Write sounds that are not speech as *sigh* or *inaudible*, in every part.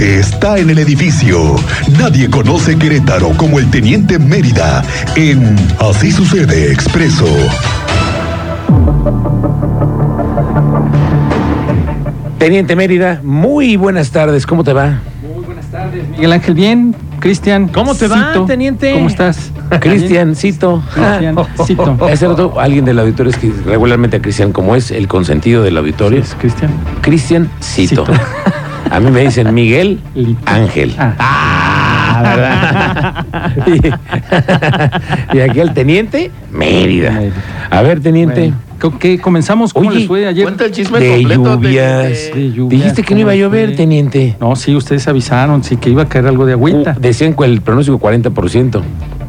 está en el edificio. Nadie conoce Querétaro como el Teniente Mérida en Así sucede Expreso. Teniente Mérida, muy buenas tardes, ¿cómo te *laughs* va? Muy buenas tardes, Miguel Ángel. Bien, Cristian. ¿Cómo te va, Cito, teniente? ¿Cómo estás? *laughs* Cristian, Cito. Cristian, Cito. *laughs* Ese rato, alguien del auditorio es que regularmente a Cristian, como es el consentido del auditorio, ¿Es Cristian? Cristian Cito. Cito. A mí me dicen Miguel Lito. Ángel. Ah, *laughs* y, y aquí el teniente Mérida. A ver, teniente. bueno. ¿Con ¿Qué comenzamos? ¿Cómo Oye, les fue ayer? Cuenta el chisme De completo. lluvias. teniente. De lluvias, Dijiste que no ¿cómo iba a les llover, fue? teniente. No, sí, ustedes avisaron, sí, que iba a caer algo de agüita. Uh, decían que el pronóstico 40%,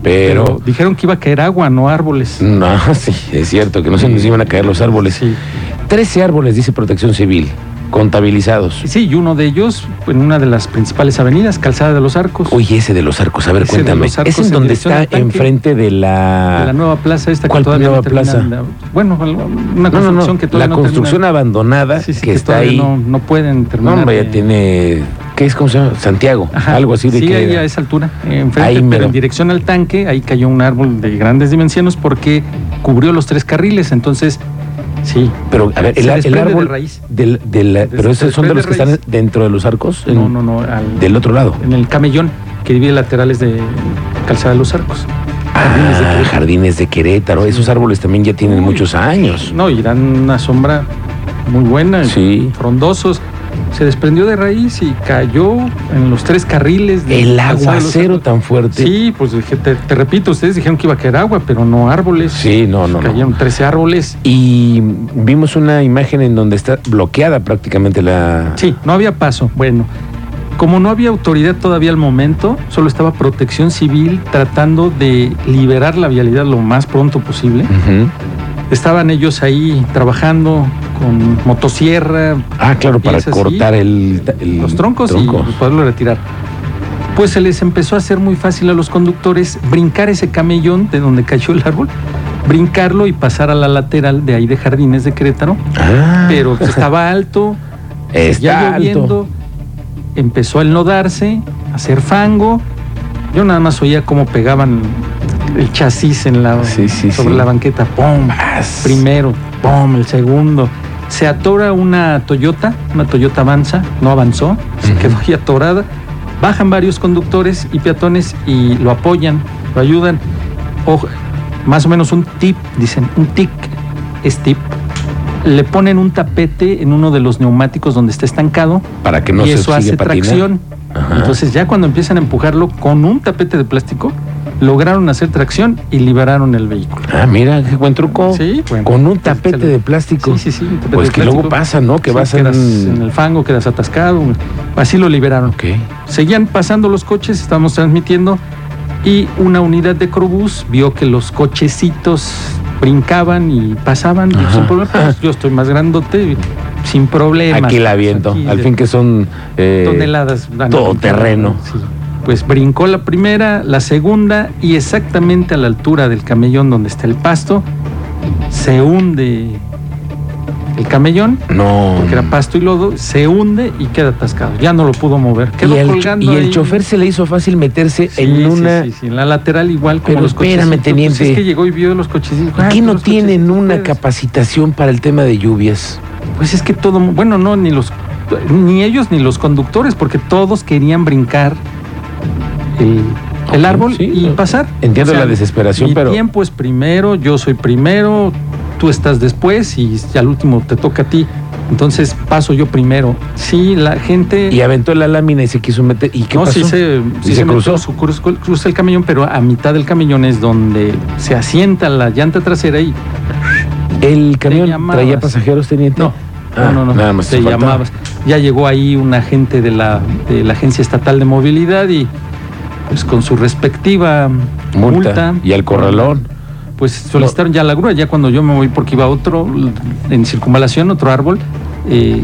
pero Dijeron que iba a caer agua, no árboles. no, *laughs* sí, es cierto que no se nos iban a caer los árboles. Sí. 13 árboles, dice Protección Civil, contabilizados. Sí, y uno de ellos en una de las principales avenidas, Calzada de los Arcos. Oye, ese de los arcos, a ver, Ese de cuéntame. los arcos ¿Es en en donde dirección está al tanque? enfrente de la... de la nueva plaza esta ah. ¿Cuál que todavía nueva no termina, plaza? la- Bueno, No, una no, construcción no, que la todavía no construcción termina. abandonada Sí, sí, que, está todavía ahí. No, no pueden No, terminar. hombre, ya de- tiene... ¿Qué es? ¿Cómo se llama? Santiago, Ajá. algo así de sí, que... ahí a esa altura, eh, enfrente, Ahí pero mero. en dirección al tanque, ahí cayó un árbol de grandes dimensiones porque cubrió los tres carriles, entonces sí, Pero, a ver, Se el, el desprende de árbol... raíz. Del, de la- Des- ¿Pero esos son de desprende los que raíz. están dentro de los arcos? no, En- no, no, al- Del otro lado. en el camellón que divide laterales de Calzada de los Arcos. Jardines de Ah, Querétaro. jardines de Querétaro. Esos árboles también ya tienen Uy. muchos años. No, y dan una sombra muy buena, Sí. frondosos. Se desprendió de raíz y cayó en los tres carriles. de El Calzada de los aguacero Arcos. tan fuerte. Sí, pues dije, te, te repito, ustedes dijeron que iba a caer agua, pero no árboles. Sí, no, no, no. Cayeron 13 árboles. Y vimos una imagen en donde está bloqueada prácticamente la... Sí, no había paso. Bueno, como no había autoridad todavía al momento, solo estaba protección civil tratando de liberar la vialidad lo más pronto posible. Ujú. Estaban ellos ahí trabajando con motosierra, Ah, claro, para Piezas, sí. cortar el, el los troncos, tronco. y poderlo retirar. Pues se les empezó a hacer muy fácil a los conductores brincar ese camellón de donde cayó el árbol, brincarlo y pasar a la lateral de ahí de Jardines de Querétaro. Ah, Pero pues, estaba alto, está ya lloviendo, Pues, alto. empezó a enlodarse, a hacer fango. Yo nada más oía cómo pegaban el chasis en la, Sí, sí, sobre sí. la banqueta. ¡Pum! As- Primero, ¡pum! El segundo. Se atora una Toyota, una Toyota avanza, no avanzó, se Ujú. quedó ahí atorada. Bajan varios conductores y peatones y lo apoyan, lo ayudan. Ojo, más o menos un tip, dicen, un tic es tip. Le ponen un tapete en uno de los neumáticos donde está estancado para que no y se eso siga hace patinando. Ah. tracción. Ajá. Entonces ya cuando empiezan a empujarlo con un tapete de plástico, lograron hacer tracción y liberaron el vehículo. Ah, mira, qué buen truco. Sí, bueno. Con un Pues, tapete se lo- de plástico. Sí, sí, sí. un tapete Pues de que plástico. luego pasa, ¿no? Que Sí, vas en... quedas en... el fango, quedas atascado. Así lo liberaron. Ok. Seguían pasando los coches, estábamos transmitiendo y una unidad de Crobús vio que los cochecitos brincaban y pasaban y Ajá. sin problema. Pues, yo estoy más grandote, sin problema. Aquí la viento. Aquí Al de- fin que son... eh, toneladas. van a todo brincar. terreno. Sí. Pues brincó la primera, la segunda y exactamente a la altura del camellón donde está el pasto, se hunde el camellón, No. porque era pasto y lodo, se hunde y queda atascado. Ya no lo pudo mover. Quedó y el, colgando y el ahí. chofer se le hizo fácil meterse Sí, sí, en una... sí, sí, en la lateral igual como Pero los coches. pues, espérame, teniente. es que llegó y vio los coches. y dijo, ¿Por "Ah, qué no los cochecitos tienen una ustedes". capacitación para el tema de lluvias? Pues es que todo, mu- bueno, no, ni los, ni ellos ni los conductores, porque todos querían brincar el, el Ok, árbol sí, y no, pasar. entiendo la desesperación, mi pero- tiempo es primero, yo soy primero, tú estás después y al último te toca a ti. Entonces paso yo primero. Sí, la gente. Y aventó la lámina y se quiso meter. ¿Y qué no, pasó? sí se, ¿Y sí se se metió, cruzó? su cruz- cruza el camellón, pero a mitad del camellón es donde se asienta la llanta trasera y ¿El Te camión llamabas. traía pasajeros, teniente? No, Ah, no, no, no. Nada más te te faltaba. llamabas. Ya llegó ahí un agente de la, de la Agencia Estatal de Movilidad y pues con su respectiva Multa. multa, Y al corralón. pues solicitaron ya la grúa. Ya cuando yo me voy porque iba otro en circunvalación, otro árbol, eh,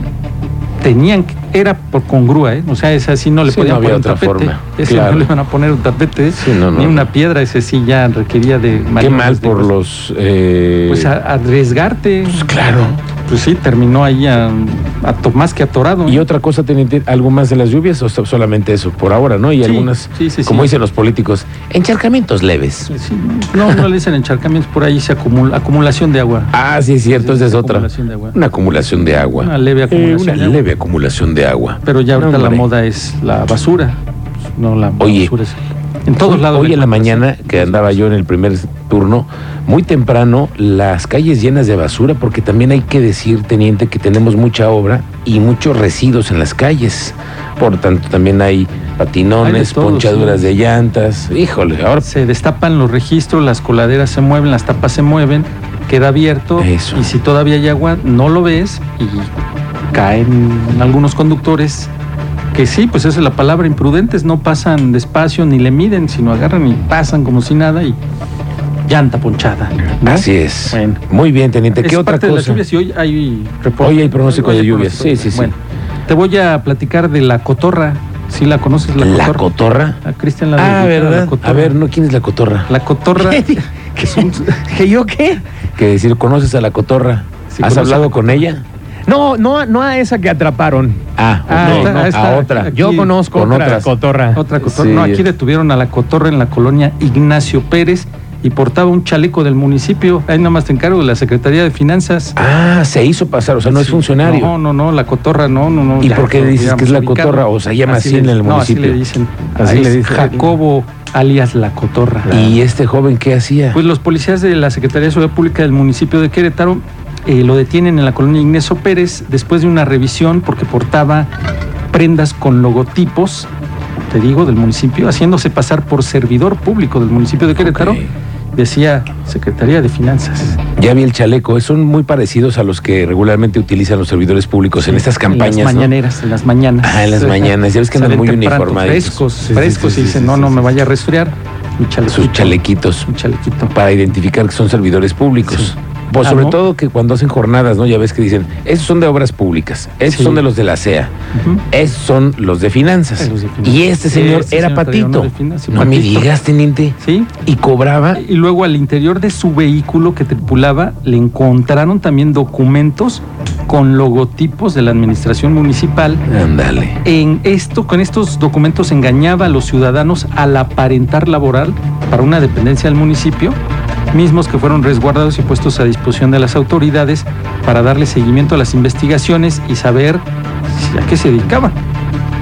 tenían que- era por con grúa, ¿eh? o sea, ese sí no le Sí, podían no había poner un otra tapete, forma, ese claro. no le iban a poner un tapete, ¿eh? Sí, no, no, ni no. una piedra, ese sí ya requería de Qué mal maniobras de pues, por cosas. los... ah, eh, pues a- arriesgarte, pues, claro. Pues sí, terminó ahí a, a to- más que atorado. Y ¿no? otra cosa, teniente, algo más de las lluvias o so- solamente eso por ahora, ¿no? Y Sí, algunas, sí, sí, sí. como dicen los políticos, encharcamientos leves. Sí, no, no le dicen encharcamientos, por ahí se acumula acumulación de agua. Ah, sí, es cierto, Sí, esa es una otra. acumulación de agua. Una acumulación de agua. Una leve Eh, acumulación una de agua. leve acumulación de agua. Pero ya ahorita No, la hombre. moda es la basura, no la Oye, basura. es- en todos Hoy- lados. Hoy en la encuentras- mañana, que andaba yo en el primer turno, muy temprano, las calles llenas de basura, porque también hay que decir, teniente, que tenemos mucha obra y muchos residuos en las calles. Por tanto, también hay Hay patinones, de todo, ponchaduras sí. de llantas. Híjole, ahora Se destapan los registros, las coladeras se mueven, las tapas se mueven, queda abierto Eso. y si todavía hay agua no lo ves y caen algunos conductores que sí, pues esa es la palabra, imprudentes, no pasan despacio ni le miden, sino agarran y pasan como si nada y llanta ponchada. ¿no? Así es. Bueno. Muy bien, teniente. ¿Qué Es otra parte de las cosa? lluvias y hoy hay reporte. Hoy hay pronóstico de lluvias, pronóstico de sí, sí, sí. Bueno, te voy a platicar de la cotorra. Si la conoces, la, ¿La cotorra. cotorra? A Cristian la Ah, dedicaba, la ¿verdad? cotorra. A ver, ¿no? ¿Quién es la cotorra? La *laughs* cotorra es un- ¿Que yo qué? Que decir, ¿conoces a la cotorra? Sí, ¿Has conozco. hablado con ella? No, no, no a esa que atraparon. Ah, Ah, ok, esta- no, esta- a otra. Yo Aquí, conozco con otra otras. cotorra. otra Ah, cotorra. Sí. No, aquí detuvieron a la cotorra en la colonia Ignacio Pérez y portaba un chaleco del municipio. Ahí nomás te encargo de la Secretaría de Finanzas. Ah, se hizo pasar, o sea, no es Sí. funcionario. No, no, no, la cotorra no, no, no. ¿Y ya, por qué lo dices que es la hubiéramos ubicado. cotorra? O sea, llama así le- en el no, municipio. Así le dicen. Así Ahí le es dicen. Jacobo alias la cotorra. ¿Y este joven qué hacía? Pues los policías de la Secretaría de Seguridad Pública del municipio de Querétaro eh, lo detienen en la colonia Ignacio Pérez después de una revisión porque portaba prendas con logotipos, te digo, del municipio, haciéndose pasar por servidor público del municipio de Querétaro. Ok. Decía Secretaría de Finanzas. Eh, Ya vi el chaleco, son muy parecidos a los que regularmente utilizan los servidores públicos en estas campañas. En las ¿no? mañaneras, en las mañanas. Ah, en las mañanas, ya ves que andan Salen muy temprano, uniformaditos. Frescos, Sí, sí, frescos, sí, y sí, dicen, sí, no, sí, no sí, me sí. vaya a resfriar. Mi Sus chalequitos Un chalequito. para identificar que son servidores públicos. Sí. Pues Ah, sobre ¿no? todo que cuando hacen jornadas, ¿no? Ya ves que dicen, esos son de obras públicas, esos Sí. son de los de la SEA, Ujú. esos son los de finanzas. Los de finanzas. Y este señor Este era señor traía uno patito. de finanzas, un no me patito. digas, teniente. Sí, Y cobraba. Y luego al interior de su vehículo que tripulaba le encontraron también documentos con logotipos de la administración municipal. Ándale. En esto, con estos documentos engañaba a los ciudadanos al aparentar laboral para una dependencia del municipio, mismos que fueron resguardados y puestos a disposición de las autoridades para darle seguimiento a las investigaciones y saber si- a qué se dedicaba.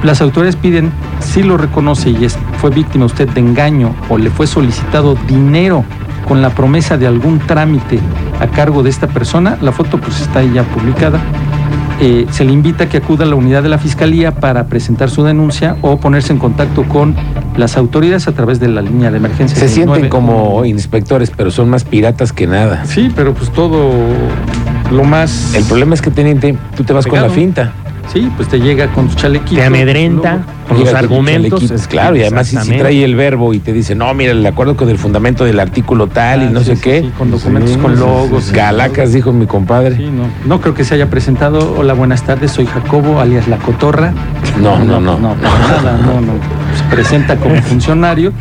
Las autoridades piden, si lo reconoce y es- fue víctima usted de engaño o le fue solicitado dinero con la promesa de algún trámite a cargo de esta persona, la foto pues está ahí ya publicada, eh, se le invita a que acuda a la unidad de la Fiscalía para presentar su denuncia o ponerse en contacto con las autoridades a través de la línea de emergencia. Se sienten 911. como inspectores, pero son más piratas que nada. Sí, pero pues todo lo más... El problema es que, teniente, tú te vas con Pegado. la finta. Sí, pues te llega con su chalequito. Te amedrenta con los Llega tu argumentos. chalequito, claro, y además si, si Exactamente. trae el verbo y te dice, no, mira, el acuerdo con el fundamento del artículo tal y Ah, no sí, sé sí, qué. sí, con documentos, con logos, sí. Calacas, dijo mi compadre. Sí, no, no creo que se haya presentado. Hola, buenas tardes, soy Jacobo, alias La Cotorra. No, no, no. No, para nada, no, no. Se *laughs* presenta como funcionario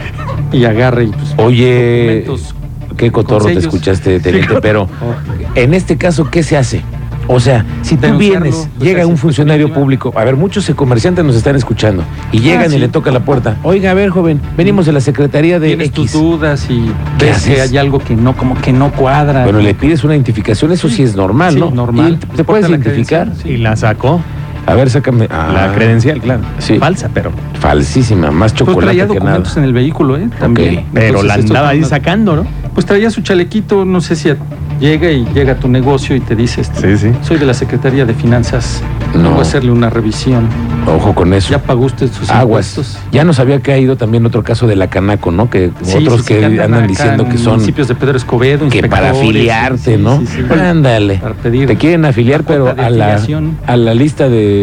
y agarra y pues. Oye, documentos. qué cotorro consejos. te escuchaste, teniente, pero Oh, en este caso, ¿qué se hace? O sea, si tú Denunciarlo, vienes, pues, llega así un fue funcionario víctima. público, a ver, muchos comerciantes nos están escuchando, y llegan Ah, sí. y le tocan la puerta. Oiga, a ver, joven, venimos de la Secretaría de Tienes tus X. dudas y ¿Qué ves haces? que hay algo que no, como que no cuadra. Pues Bueno, le pides una identificación, eso sí es normal, Sí, ¿no? normal. Y te Porta puedes la identificar. credencial, sí. Y la sacó. A ver, sácame. Ah, La credencial, claro. Sí. Falsa, pero. Falsísima, más Pues chocolate traía que documentos nada. en el vehículo, ¿eh? También. Ok. Pero Entonces, la estos andaba ahí son- sacando, ¿no? Pues traía su chalequito, no sé si a- llega y llega a tu negocio y te dice, este, sí. soy de la Secretaría de Finanzas, No. voy a hacerle una revisión. Ojo con eso. Ya pagó usted sus Aguas. impuestos. Ya nos había caído también otro caso de la Canaco, ¿no? Que Sí, otros sí, sí, que andan, acá diciendo en que son. municipios de Pedro Escobedo, Que para inspectores, afiliarte, sí, ¿no? sí, sí. Ándale. Para pedir Te quieren afiliar, la pero cuota de a la, afiliación. a la lista de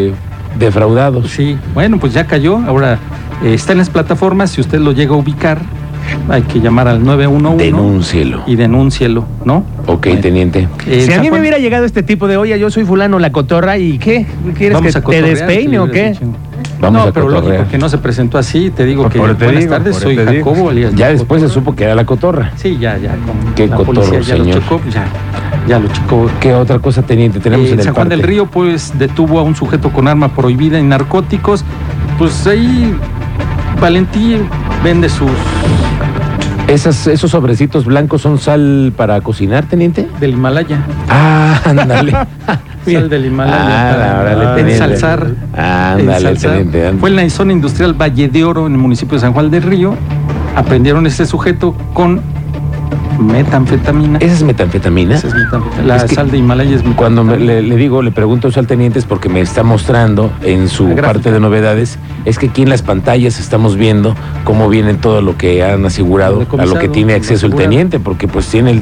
defraudados. Sí, bueno, pues ya cayó. Ahora eh, está en las plataformas. Si usted lo llega a ubicar, hay que llamar al 911 Denúncielo. y denúncielo, ¿no? Ok, Bueno, teniente. eh, si a San mí me Juan, hubiera llegado este tipo de, oye, yo soy fulano, la cotorra, ¿y qué? ¿Quieres vamos que a te cotorrear, despeine te o qué? hubieras dicho. Vamos no, a pero cotorrear. lógico que no se presentó así. Te digo Por- que por buenas te digo, tardes, por soy te digo. Jacobo. alias Ya la después se Cotorra. supo que era la cotorra. Sí, ya, ya. Con Qué la cotorro, policía ya lo señor. chocó, ya. Ya lo checó. ¿Qué otra cosa, teniente, tenemos Eh, en el San Juan del parte? Río, pues detuvo a un sujeto con arma prohibida y narcóticos. Pues ahí Valentí vende sus Esas, esos sobrecitos blancos son sal para cocinar, teniente. del Himalaya. Ah, *laughs* *laughs* ándale. Sal del Himalaya Ah, para- órale, para teniente. ensalzar. Ándale, ensalzar. teniente. ándale. Fue en la zona industrial Valle de Oro, en el municipio de San Juan del Río. Aprendieron a este sujeto con metanfetamina. ¿Esa es metanfetamina? Esa es metanfetamina. La Es que sal de Himalaya es Cuando me- metanfetamina. le, le digo, le pregunto eso al teniente es porque me está mostrando en su La gráfica. parte de novedades, es que aquí en las pantallas estamos viendo cómo viene todo lo que han asegurado, a lo que Decomisado, tiene acceso el asegurado. Ah, teniente, porque pues tiene el...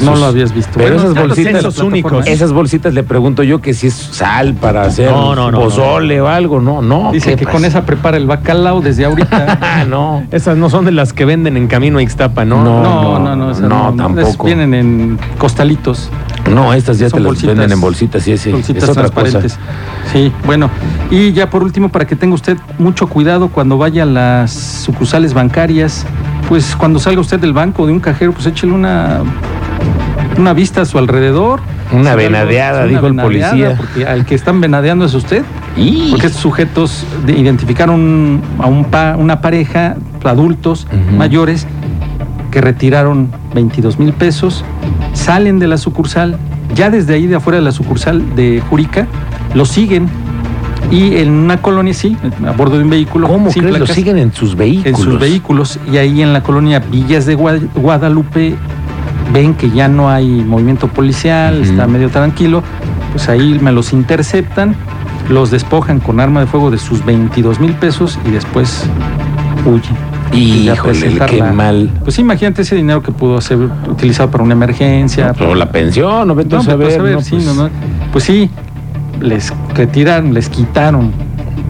No sus- lo habías visto. Pero esas ya los bolsitas- tiene en la esos plataforma, únicos. ¿eh? Esas bolsitas le pregunto yo que si es sal para hacer No, no, no, pozole o algo, no, no. Dice ¿qué que pasa? con esa prepara el bacalao desde ahorita. Ah, no. Esas no son de las que venden en camino a Ixtapa, *laughs* ¿no? No. No, no, no, esas no, Esas tampoco. vienen en costalitos, No, estas ya Son te las bolsitas- venden en bolsitas, sí, sí. bolsitas es otra cosa. transparentes. Sí, bueno. Y ya por último, para que tenga usted mucho cuidado cuando vaya a las sucursales bancarias, pues cuando salga usted del banco o de un cajero, pues échele una una vista a su alrededor. Una Si ve algo, venadeada, una dijo el venadeada, policía. Porque al que están venadeando es usted. Y... Porque estos sujetos de- identificaron a un pa- una pareja, adultos, Ujú. mayores, que retiraron 22 mil pesos, salen de la sucursal, ya desde ahí de afuera de la sucursal de Jurica, lo siguen y en una colonia, sí, a bordo de un vehículo. ¿Cómo sin crees? Lo placas, siguen en sus En vehículos. sus vehículos y ahí en la colonia Villas de Gua- Guadalupe ven que ya no hay movimiento policial, Ujú. está medio tranquilo, pues ahí me los interceptan, los despojan con arma de fuego de sus 22 mil pesos y después huyen. ya Híjole, el presentar qué la- mal. Pues imagínate ese dinero que pudo ser utilizado para una emergencia. O la pensión, no vete No, a pues, saber. a ver, ¿no? sí, Pues, no, no. Pues sí, les retiraron, les quitaron.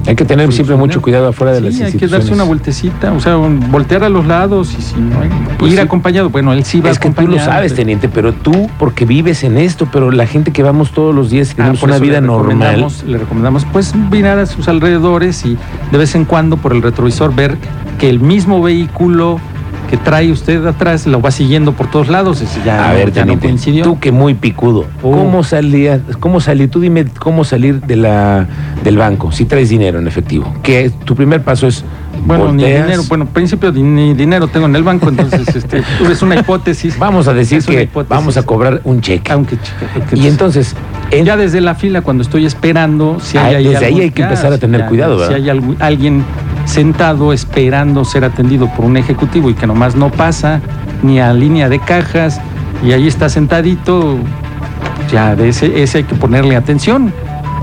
Pues, Hay que tener Sí, siempre sí, mucho ¿no? cuidado afuera de las Sí, hay que instituciones. darse una vueltecita, o sea, un- voltear a los lados y si no hay- Pues ir sí. acompañado. Bueno, él sí va Es que tú acompañado. lo sabes, teniente, pero tú, porque vives en esto, pero la gente que vamos todos los días y Ah, tenemos por una eso vida le normal. recomendamos- Le recomendamos, pues, mirar a sus alrededores y de vez en cuando por el retrovisor ver que el mismo vehículo que trae usted atrás lo va siguiendo por todos lados. Ese ya, a no- ver, ya no teniente, coincidió. tú que muy picudo, Oh. ¿cómo salías? ¿Cómo salí? Tú dime cómo salir de la del banco, si traes dinero en efectivo. Que tu primer paso es bueno, ni volteas. dinero. Bueno, en principio di- ni dinero tengo en el banco, entonces *laughs* este, tú ves una hipótesis. Vamos a decir Es una que hipótesis. vamos a cobrar un cheque. Aunque, chica, porque- Y entonces, en- ya desde la fila cuando estoy esperando si Ah, hay, ahí desde ahí algún- hay que ya, empezar a si tener ya, cuidado, si ¿verdad? hay algu- alguien sentado esperando ser atendido por un ejecutivo y que nomás no pasa ni a línea de cajas y ahí está sentadito ya de ese ese hay que ponerle atención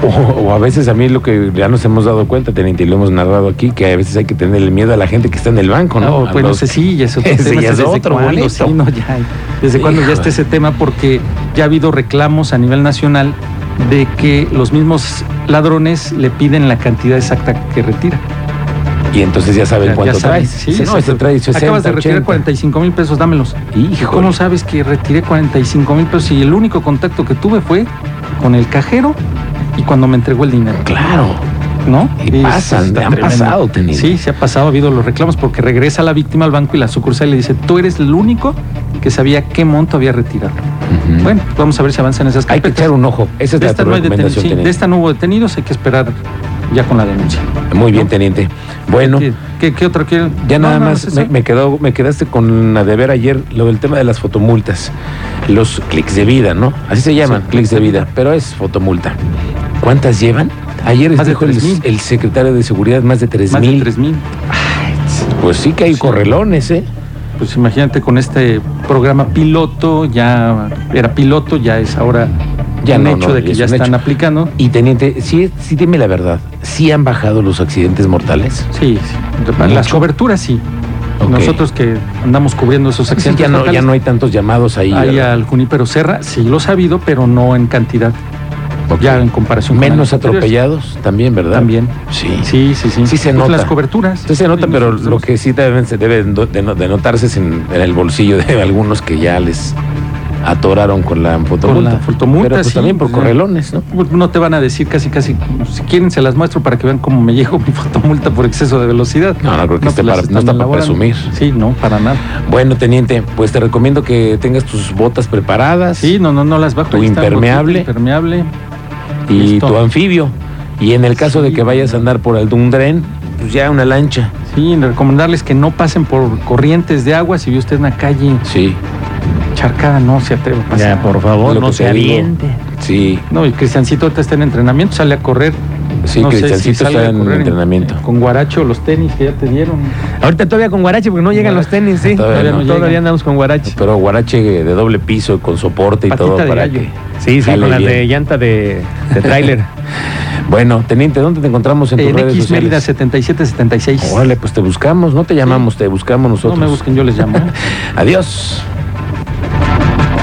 O, o a veces a mí lo que ya nos hemos dado cuenta, Teniente, y lo hemos narrado aquí, que a veces hay que tenerle miedo a la gente que está en el banco, ¿no? No, A pues no los- sé si ya es *laughs* otro Ese tema, ya es desde otro cuándo, boleto. sí, no, ya, desde cuándo ya Híjole. está ese tema porque ya ha habido reclamos a nivel nacional de que los mismos ladrones le piden la cantidad exacta que retira. Y entonces ya saben Ya- ya cuánto saben, traes. sí, Dice, no, exacto. este trae 60, Acabas de retirar 80. 45 mil pesos, dámelos. ¿Y Híjole. cómo sabes que retiré 45 mil pesos? Y el único contacto que tuve fue con el cajero y cuando me entregó el dinero. Claro. ¿No? Y eso pasan, está han pasado, teniente. Sí, se ha pasado, ha habido los reclamos porque regresa la víctima al banco y la sucursal le dice, tú eres el único que sabía qué monto había retirado. Ujú. Bueno, vamos a ver si avanzan esas Mm. hay que carpetas. echar un ojo. Esa es de la esta, no hay detenidos, recomendación, sí, de Teniente. esta no hubo detenidos, hay que esperar ya con la denuncia. Muy bien, ¿no? Teniente. Bueno. ¿Qué, qué, qué otro quieren? Ya No, nada no, no más sé, me, sí. me quedó, me quedaste con la de ver ayer lo del tema de las fotomultas, los clics de vida, ¿no? Así se llaman, Sí. clics de vida, pero es fotomulta. ¿Cuántas llevan? Ayer Más de dijo el, 3,000. el secretario de seguridad más de tres Más de mil. 3 mil. Pues sí que hay Sí. correlones, ¿eh? Pues imagínate con este programa piloto, ya era piloto, ya es ahora Ya un no, hecho no, de ya que es ya un están hecho. aplicando. Y teniente, sí, sí dime la verdad, ¿sí han bajado los accidentes mortales? Sí, sí. las Mucho. coberturas sí. Ok. Nosotros que andamos cubriendo esos Sí, accidentes. Ah, ya no, ya fatales, no hay tantos llamados ahí. hay ¿verdad? al Junípero Serra, sí lo he sabido, pero no en cantidad, Ok. ya en comparación con Menos años anteriores. atropellados también, ¿verdad? También. Sí. Sí, sí, sí. Pues Sí se nota. Las coberturas. Sí se nota, Sí, pero nosotros lo *laughs* que sí deben, se debe no- de, no- de notarse es en, en el bolsillo de algunos que ya les atoraron con la fotomulta. la fotomulta, Pero pues sí. también por correlones, ¿no? Pues No te van a decir casi, casi, si quieren se las muestro para que vean cómo me llegó *laughs* mi fotomulta por exceso de velocidad. No, no creo que esté pues las para- no están está para elaborando. presumir. Sí, no, para nada. Bueno, teniente, pues te recomiendo que tengas tus botas preparadas Sí, no, no, no las bajo. Tu Ahí está, impermeable. botita Impermeable. y listo. tu anfibio. Y en el caso de Sí. que vayas a andar por algún tren, pues ya una lancha. Sí, recomendarles que no pasen por corrientes de agua. Si ve usted una calle Sí, charcada, no se atreva a pasar. Ya, por favor, Lo no que se te digo. aviente. sí, No, y Cristiancito ahorita está en entrenamiento, sale a correr. sí, No sé si Cristiancito salga está a en correr entrenamiento. Con Guaracho, los tenis que ya te dieron. Ahorita todavía con guarache porque no llegan los Guarache. tenis, ¿sí? Todavía Todavía, no llegan. andamos con guarache. Pero guarache de doble piso, con soporte y Patita todo de para gallo. que. Sí, sí, jale con las bien. de llanta de, de tráiler. Bueno, teniente, ¿dónde te encontramos en tus En redes X sociales? Mérida 7776. Órale, pues te buscamos, no te llamamos, te buscamos No nosotros. *laughs* me busquen, yo les llamo. ¿eh? Adiós.